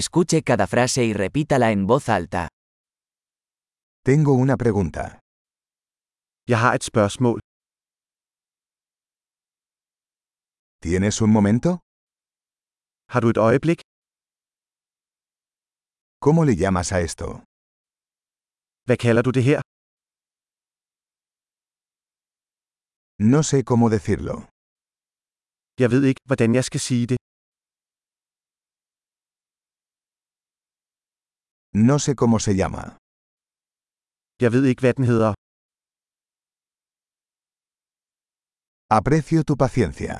Escuche cada frase y repítala en voz alta. Tengo una pregunta. Jeg har et spørgsmål. ¿Tienes un momento? Har du et øjeblik? ¿Cómo le llamas a esto? Hvad kalder du det her? No sé cómo decirlo. Jeg ved ikke, hvordan jeg skal sige det. No sé cómo se llama. Jeg ved ikke, hvad den hedder. Aprecio tu paciencia.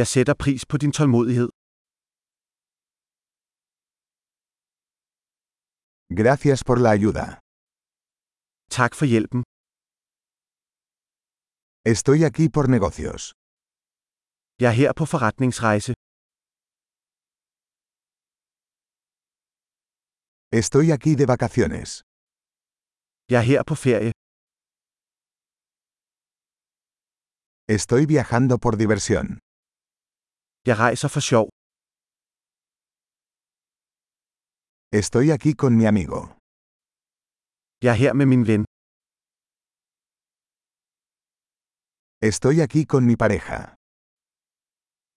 Jeg sætter pris på din tålmodighed. Gracias por la ayuda. Tak for hjælpen. Estoy aquí por negocios. Jeg er her på forretningsrejse. Estoy aquí de vacaciones. Jeg er her på ferie. Estoy viajando por diversión. Jeg rejser for sjov. Estoy aquí con mi amigo. Jeg er her med min ven. Estoy aquí con mi pareja.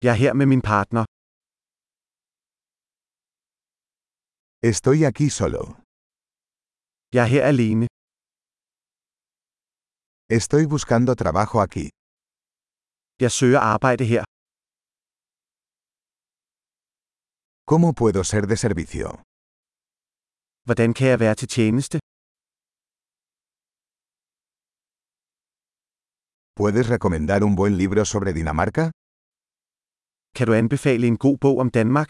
Jeg er her med min partner. Estoy aquí solo. Jeg er her alene. Estoy buscando trabajo aquí. Jeg søger arbejde her. ¿Cómo puedo ser de servicio? Hvordan kan jeg være til tjeneste? ¿Puedes recomendar un buen libro sobre Dinamarca? Kan du anbefale en god bog om Danmark?